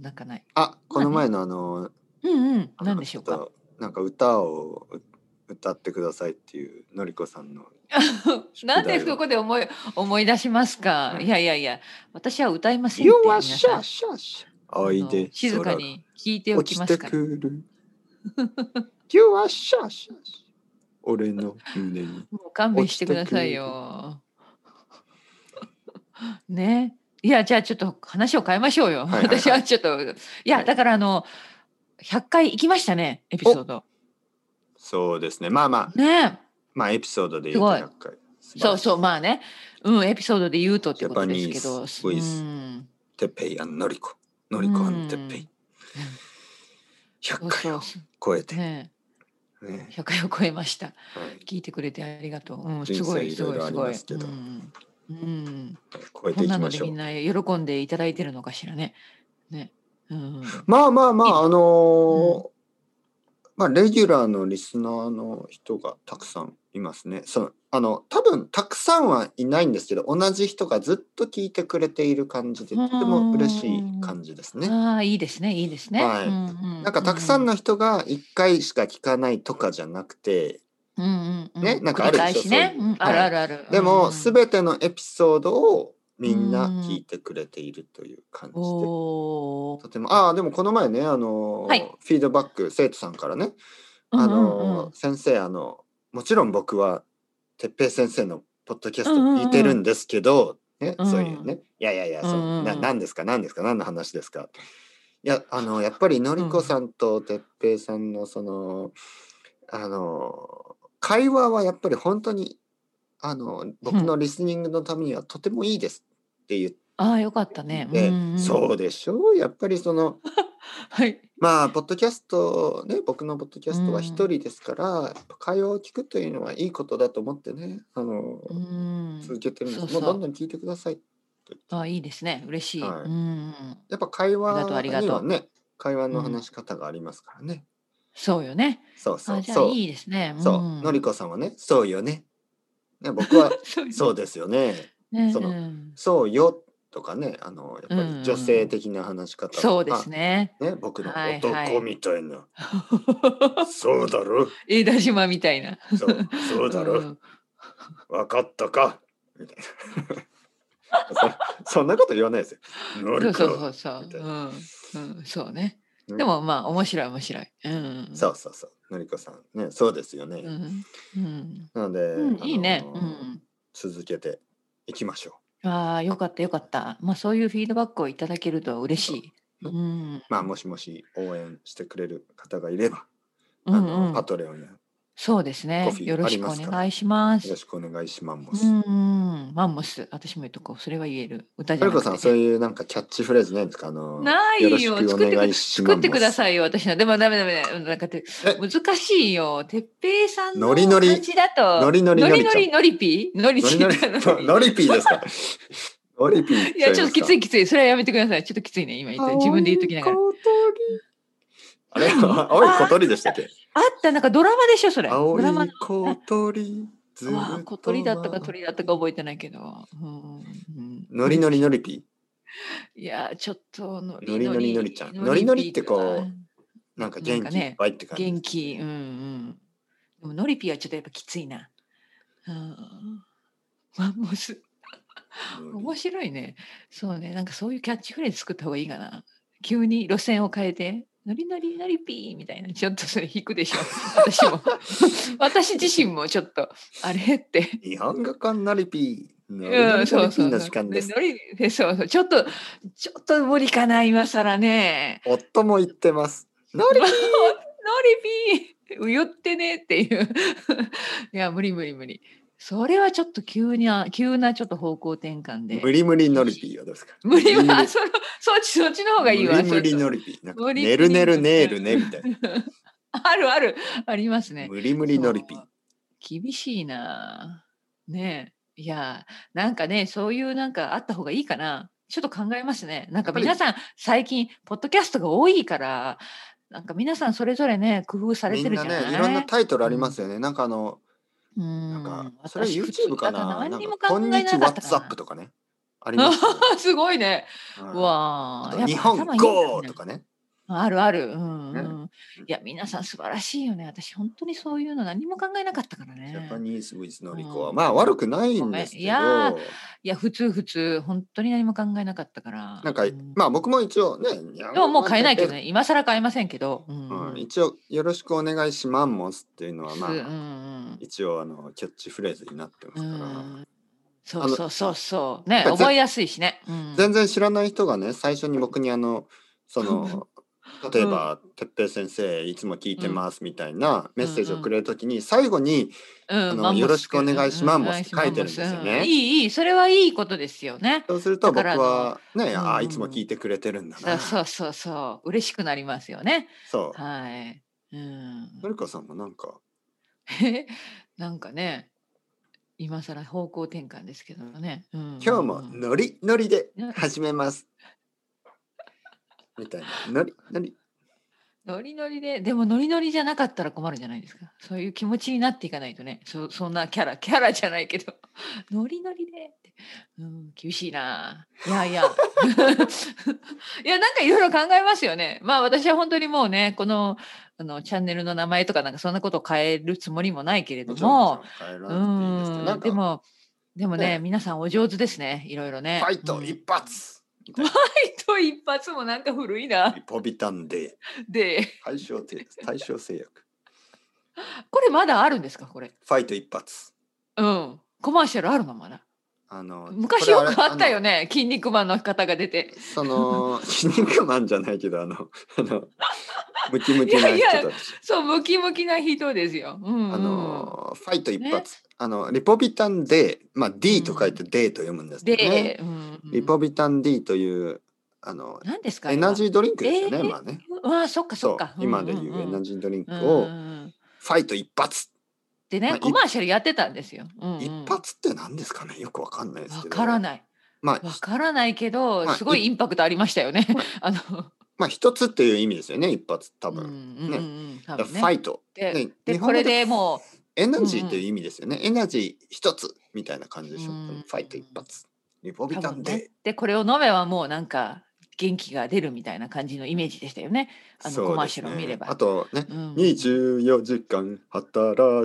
泣かない。あこの前のあのうんうん。あのなんでしょうちか。ょっとなんか歌をう歌ってくださいっていうのりこさんの なんでそこで思い思い出しますか。いやいやいや、私は歌いませんっよてわ皆っしさゃん。しゃしゃあおいでの静かに聞いておき落ちまてすからく。 るよわっしゃしゃし俺の胸にもう勘弁してくださいよ。ね。いや、じゃあちょっと話を変えましょうよ。はいはいはい私はちょっと、いや、はいだからあの、100回行きましたね、エピソード。そうですねまあまあねまあエピソードで言うとすごい100回そうそう、まあね。うん、エピソードで言うとってことですけジャパどニー。ズボイスうんてっぺいあんのりこのりこあんてっうぺんい100そ回うをそ超えてう。ねね100回を超えました。はい聞いてくれてありがとう。うん、人すご生い、いすろごいい、ろあすりごまいすけ。どうん。うん。超こえてんいなのきまでしょみうんな喜んでいただいてるのかしらね。ね。うん。まあまあまあ、あのーまあ、レギュラーのリスナーの人がたくさんいますね。そのあの多分たくさんはいないんですけど、同じ人がずっと聞いてくれている感じで、とても嬉しい感じですね。ああ、いいですね、いいですね。はいうんうんなんかたくさんの人が1回しか聞かないとかじゃなくて、うんうんうん、ねなんかあるでしょ繰り返しね、そういううんあるあるある。でうんも全てのエピソードをみんな聞いてくれているという感じで。おーとてもああでもこの前ねあのー、はいフィードバック生徒さんからねあうんうんのうん先生あのもちろん僕は哲平先生のポッドキャストうんうんうん聞いてるんですけど、ねうんそういうね「いやいやいや、うんうんそううんな何ですか何ですか何の話ですか」いやあのやっぱりのりこさんと哲平さんのその、あの会話はやっぱり本当にあの僕のリスニングのためにはとてもいいですって言って、ああ、よかったね。んんそうでしょうやっぱりそのはい。まあ、ポッドキャスト、ね、僕のポッドキャストうはん一人ですから、やっぱ会話を聞くというのはいいことだと思ってね、あの、うん。続けてるんでそす。うそうもうどんどん聞いてください。ああ、いいですね、嬉しい。はいうんうん。やっぱ会ありがとうあ話りがにとはうね、会話の話し方がありますからね。そうよね。そうそあ、うじゃあそう。いいですね。そう、んのりこさんはね、そうよね。ね 僕はそうよそうですよね。ね。そのうんそうよとかね、あの、やっぱり女性的な話し方とか、そうですね。ね。僕のはいはい男みたいな、そうだろ、江田島みたいな。そう、そうだろ。んわかったかみたいな そ。そんなこと言わないですよ。ノそリうコそうそうそうみ。たういん、うん、そうね。ねでもまあ面白い面白い。うん。そうそうそう。のりこさん。ね、そうですよね。うん。うん。なので、うん、いいねあ。のうーん。続けていきましょああ、よかったよかった。まあそういうフィードバックをいただけると嬉しい。う。そうんう。まあ、もしもし応援してくれる方がいれば、うあんのうんパ、トレオンやよそうですねコフ。ィーよろしくおありますから願いしまろす。しくお願いします。うんうん、マンモス、私も言っとこう、それは言える。歌じのゃりなこくさん、てそうね。いうなんかキャッチフレーズないんですかあのーないよろしよくお作ってく願いします。作ってくださいよ、私の。でもダメダメダメ。なんかてえ難しいよ。てっぺいさんのノリノリ感じだと。ノリノリノノリリちノゃんリノリピーノリノちリゃノんリ ノリピーですか ノリピーいや、ちょっときついいきつい。それはやめてください。ちょっときついね、今言った。自分で言っときながら。あれ 青い小鳥でしたっけあった、なんかドラマでしょ、それ。ド青ラマいの。小鳥ずっとわあ、小鳥だったか舞う鳥だったか覚えてないけど。うんうんノリノリノリピいや、ちょっとノノリノリノリちゃんノリノリってこうなんか元なんか気ねいっぱいって感じ、元気。うんうん。でもノリピーはちょっとやっぱきついな。うんマンモス。面白いね。そうね。なんかそういうキャッチフレーズ作った方がいいかな。急に路線を変えて、ノリノリノリピーみたいな。ちょっとそれ引くでしょ。私も。 私自身もちょっと、あれって。日本語館ノリピ ノリノうリん、そノうそリピうそう。の時間ですノリでそうそう。ちょっと、ちょっと無理かな、今更ね。夫も言ってますノリピノリピー言ってねっていう。いや、無理無理無理。それはちょっと急にあ、急なちょっと方向転換で。無理無理ノリピはどうですか無理は、無あそのそっち、そっちの方がいいわ。無理ち無理ょっとノリピなんか無理無理ねるねるねーるねみたいな あるあるありますね。無理無理ノリピそう厳しいなあ。ねえ。いやあ、なんかね、そういうなんかあった方がいいかな。ちょっと考えますね。なんかやっぱり皆さん、最近、ポッドキャストが多いから、なんか皆さんそれぞれね、工夫されみてんるじなゃないねいろんなタイトルありますよね、なんかあのうんなんか、それ YouTube 私普通だかならなん何かにも考こえんなにちかった WhatsApp とかね。あります、すごいね。ね。う わああと日本やっぱ頭語と。いいんだかね。なあるある。うん、うねん。いや、皆さん素晴らしいよね。私、本当にそういうの何も考えなかったからジャねパ。ニーズ・ウィズ・ノリコうは。んまあ悪くないんですけいど、やなーいや、普通、普通。本当に何も考えなかったから。んかうんまあ僕も一応ね、いやでももう買えないけど。ね、今更買えませんけど。うんううんん一応よろしくお願いしまんもすっていうのはまうんうあん一応あのキャッチフレーズになってまうすから。んあそのうそうそうそう。やねっぱ、りぜ覚えやすいしね。うん全然知らない人がね最初に僕にあのそ の例えば「哲平先生いつも聞いてます」みたいなメッセージをくれるときに最後にうんあのマンモスよろしくお願いしマンモスってうん書いてるんですよねマンモスうんいい、いい、それはいいことですよね。そうするとだ僕からはね「ああうんいつも聞いてくれてるんだそなう」そうそうそう、嬉しくなりますよね。そうはい。うん。のりこさんもなんかなんかね、今更方向転換ですけどね。うん「今日もうんノリノリでうん始めます」みたいな「ノリノリノリノリで、でもノリノリじゃなかったら困るじゃないですか。そういう気持ちになっていかないとね。そそんなキャラ、キャラじゃないけど、 ノリノリでって、うん、厳しいなあ。いやい や。いや、なんかいろいろ考えますよね。まあ私は本当にもうね、このあのチャンネルの名前とかなんかそんなことを変えるつもりもないけれ」どもちろんも、帰らなくうていいですけどなんん、かでも、でもねね皆さんお上手ですね。いろいろね。ファイトうん一発みたいファイト一発もなんか古いなな。リポビタンでで、対象制対象制約これまだあるんですかこれ。ファイト一発うん。コマーシャルあるのまだ。あの昔これよれくあったよのね。筋肉マンの方が出て。その 筋肉マンじゃないけどあのあのムキムキなやいいや人たちそう、ムキムキな人ですよ。うん、うん。あのファイト一ね発あのリポビタン D まあ D うんと書いて D と読むんですけで、どねうん、リポビタン D というあの何ですかエナジー。ードリンクですよねえーまあねああ、そっかそそっうか。今でいうエナジジードリンクうをんうんうんファイト一発でまあね、いコマーシャルやってたんですよ。うんうん一発って何ですかねよくわかんないですわけどからない。まあわからないけど、まあすごいインパクトありましたよね。 あの、まあ一つっていう意味ですよね一発多うん分うんねうん、多だから分フね。ァイトでねで日こ本語れでもエナジーという意味ですよね。エナジー一つみたいな感じでしょ。うんファイト一発。リポうビ多タ分ンねで。でこれを飲めばもうなんか元気が出るみたいな感じのイメージでしたよね。あのそうですねコマーシャルを見ればあとね、うん24時間働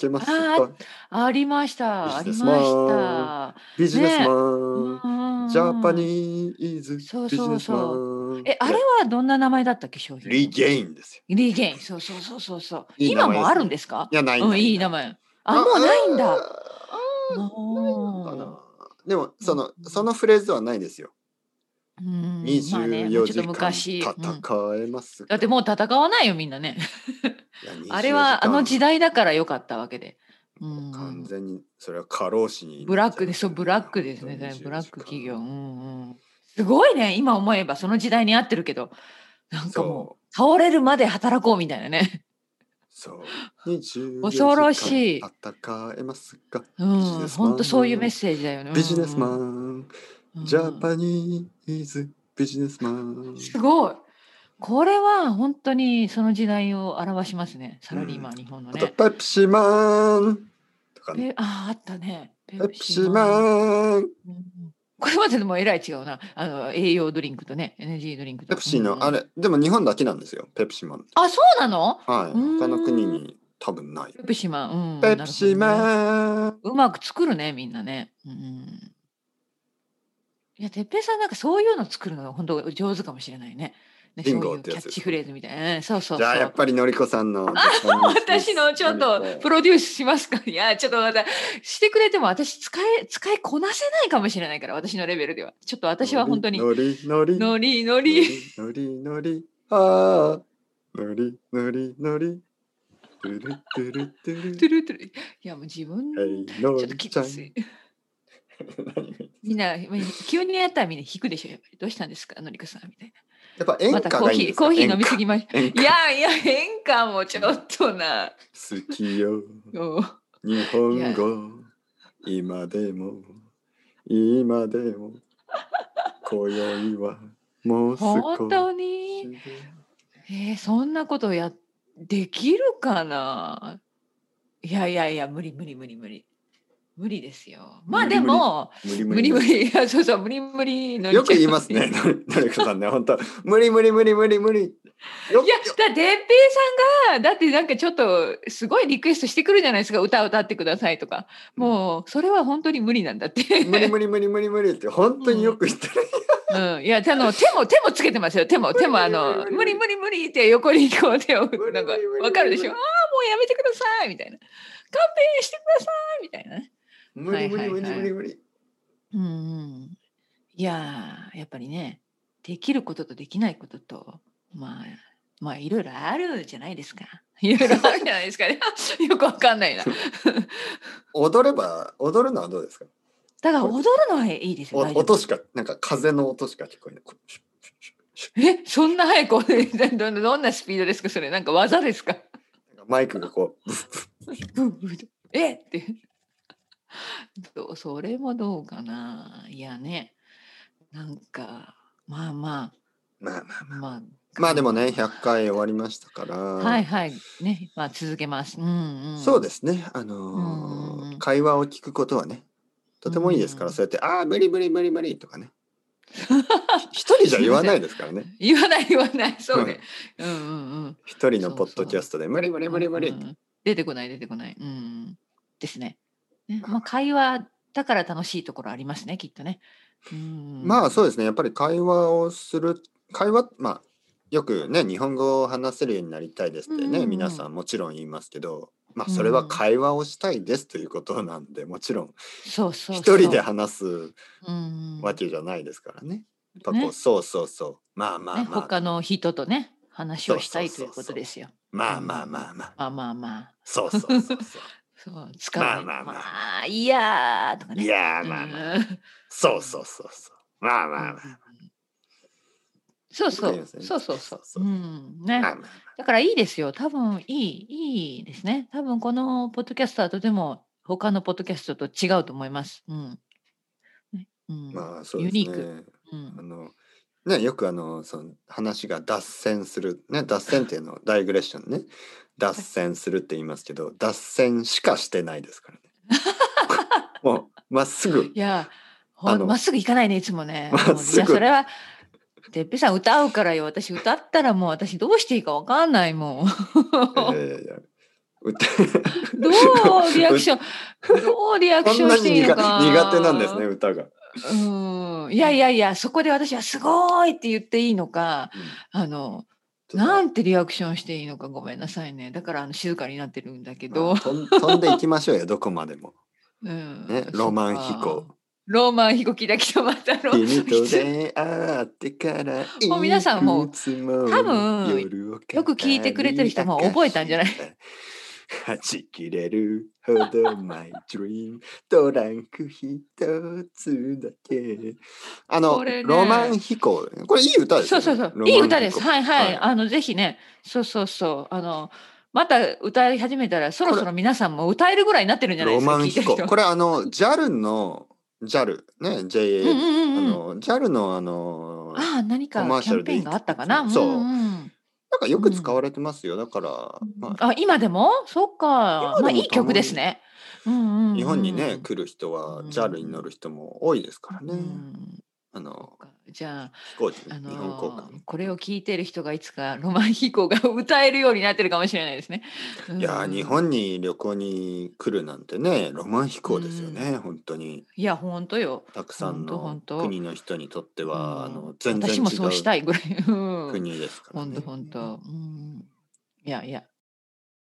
けますか。ありました。あビりジネまスしマンた。ビジネスうマン。んジャパニーズ。ビそうジそネうスマそン。え、あれいやはどんな名前だったっけ、商品。リゲインですよ。リゲイン。そうそうそうそうそう。いい名今前ですねもあるんですかい。や、ないうん、いいな。名前。あ、もうないんだ。ああーかなーでも、その、うんそのフレーズはないですよ。うんまあねちょ24っ時と間昔戦うんえますか。だってもう戦わないよみんなね。いやあれはあの時代代だから良かったわけで。うん完全にそれは過労死にブラックでそうブラックですね本当にブラック企業、う24時んうん、すごいね今思えばその時代に合ってるけどなん間かもうそ倒れるまで働こうみたいなね、うそう24 恐ろしい時間戦えますかうビジネん、スマほンんとそういうメッセージだよねビジネスマン、ンうんジャパニーズビジネスマンすごいこれは本当にその時代を表しますねサラリーマン、日本のあとねペプシマンとかねペあーあったねペペプシマンうんこれまででもえらい違うなあの栄養ドリンクとねエネルギードリンクとペプシのあれれでも日本だけなんですよペプシマンあそうなのはいうん他の国に多分ないペプシマン、うん、ペプシなるほどねマンうまく作るねみんなね、うん、いや哲平さんなんかそういうの作るのが本当上手かもしれないねねビンゴそういうってキャやつッチフレーズみたいな、うんそうそうそうじゃあやっぱりのりこさんの私のちょっとプロデュースしますか いやちょっとまたしてくれても私使え使いこなせないかもしれないから私のレベルではちょっと私は本当にノリノリノリノノリリノリノリああノリノリノリトゥルトゥルトゥルトゥルトゥルいやもう自分はちいノょっとリきちゃんつい何みんな急にやったらみんな引くでしょやっぱりどうしたんですかのりこさんみたいなやっぱ演ま歌たコーがいヒいんでーすかコーヒー飲みすぎまし演い歌演歌やいや変化もちょっとな。 好 きようん日本語今でも今でも今宵はもう本当少にしえーそんなことやできるかないやいやいや無理無理無理無理。無理ですよ。まあ無理で無理も、無理無理無理、い やそうそう、無理無理のりちゃんよく言いますね。のりこさんね、本当無理無理無理無理無理。よいや、だ、でっぺさんが、だってなんかちょっと、すごいリクエストしてくるじゃないですか、歌を歌ってくださいとか。もう、それは本当に無理なんだって。無理無理無理無理無理って本当によく言ってる。 うん、いや、あの、手も、手もつけてますよ、手も、手も、あの、無無理理無理無理って横にこう手を振って、無理無理なんか無理無、理わかるでしょああ、もうやめてくださいみたいな。勘弁してくださいみたいなね。無理無理無理無理無理。うんうん。いやー、やっぱりね、できることとできないことと、まあ、まあ、いろいろあるじゃない ですか。いろいろあるじゃないですかね。よくわかんないな。踊れば踊るのはどうですか。だから踊るのはいいですおよ。大丈夫音しかなんか風の音しか聞こえない。こうシュッシュッシュッシュえ、そんな早く踊りどんなどんなスピードですかそれ、なんか技です かッなんかマイクがこうブンブンとえっって。どうそれもどうかな。いやね。なんか、まあままあまああ、まあ。まあでもね100回終わりましたから。はいはい。ね。まあ続けます。うんうん。。そうですすね。あのーうんうん会話を聞くことはね、とてもいいですから、うんそうやって、ああ、無理無理無理無理とかね。一人じゃ言わないですからね。 言わない言わない。そうね。うんうんうん。一人のポッドキャストで、無理無理無理無理うんうん出てこない出てこない。うんうん。ですね。ねまあ会話だから楽しいところありますね、きっとね。うんまあそううですね。やっぱり会話をする、会話、まあ、よくね、日本語を話せるようになりたいですってね、うんうん皆さんもちろん言いますけど、まあうんそれは会話をしたいですということなんで、もちろんそうそう一そう。人で話すうんうんわけじゃないですからね。やっぱこねう、そうそうそう、まあまあね、まあ、他の人とね話をしたいとそいうそううこそうそうとですよ。まあまあまあまあ、まあまあまあそうそうそうそう。そう使う、ね、まあまあまああいやーとかね。いやーまあまあ、うんそうそうそうそう。まあまあまあ。そうそいいでうすねそうそうそうそうそううんねまあまあだからいいですよ多分いいいいですね多分このポッドキャストはとても他のポッドキャストと違うと思いますうん、ねうんまあ、そうでユニすーね。うんあの、ね、よくあの、その話が脱線する、ね、脱線っていうの、ダイグレッションね。脱線するって言いますけど、脱線しかしてないです からね。もう、まっすぐい。やほあんのまっすぐ行かないねいつも ね。まっすもういやぐそれはてっぺさん歌うからよ私歌ったらもう私どうしていいかわかんない もん。いやいやいや歌どうリアクシ ョンどうリアクこショんンなしていにいの苦か苦手なんですね、。歌が。うんいやいやいやそこで私はすごいって言っていいのかうんあのちょっとなんてリアクションしていいのかごめんなさいねだからあの静かになってるんだけまどあ。飛ん 飛んでいきましょうよ、どこまでも。 うんね、ロマン飛そっ行か。ロマン飛行機だけどまたロマン君と出会ってからもう皆さんもういくつも多分夜を語りよく聞いてくれてる人もう覚えたんじゃない明かした はちきれるほど my dream トランク一つだけあの、これねロマン飛行これいい歌ですそようそうねそうロ。マいン飛い行歌です。はいはい。はいあの、ぜひね、そうそうそう。あの、また歌い始めたら、そろそろ皆さんも歌えるぐらいになってるんじゃないロですか。マン聞いて飛る人行これあの JAL の JAL ね JA、うんうんあうんうん。の JAL のあのああ、何かコマーキシャャンルペでーンがあったかな。そうんんなんかよく使うんわれてますよ、だから、まあ、あ、今でもそっか。今でもまあ、いい曲ですね。うんうんうん日本にね、来る人はうん JAL に乗る人も多いですからね、うんあのじゃあ、飛行機、あの日本航空、これを聞いてる人がいつかロマン飛行が歌えるようになってるかもしれないですね。いやー日うん本に旅行に来るなんてねロマン飛行ですよね、本当にいや本当よ。たくさんほんのとほんと国の人にとっては、うんあの全然違私もそうしたういぐらい。うん国ですから本ね当本当。うんいやいや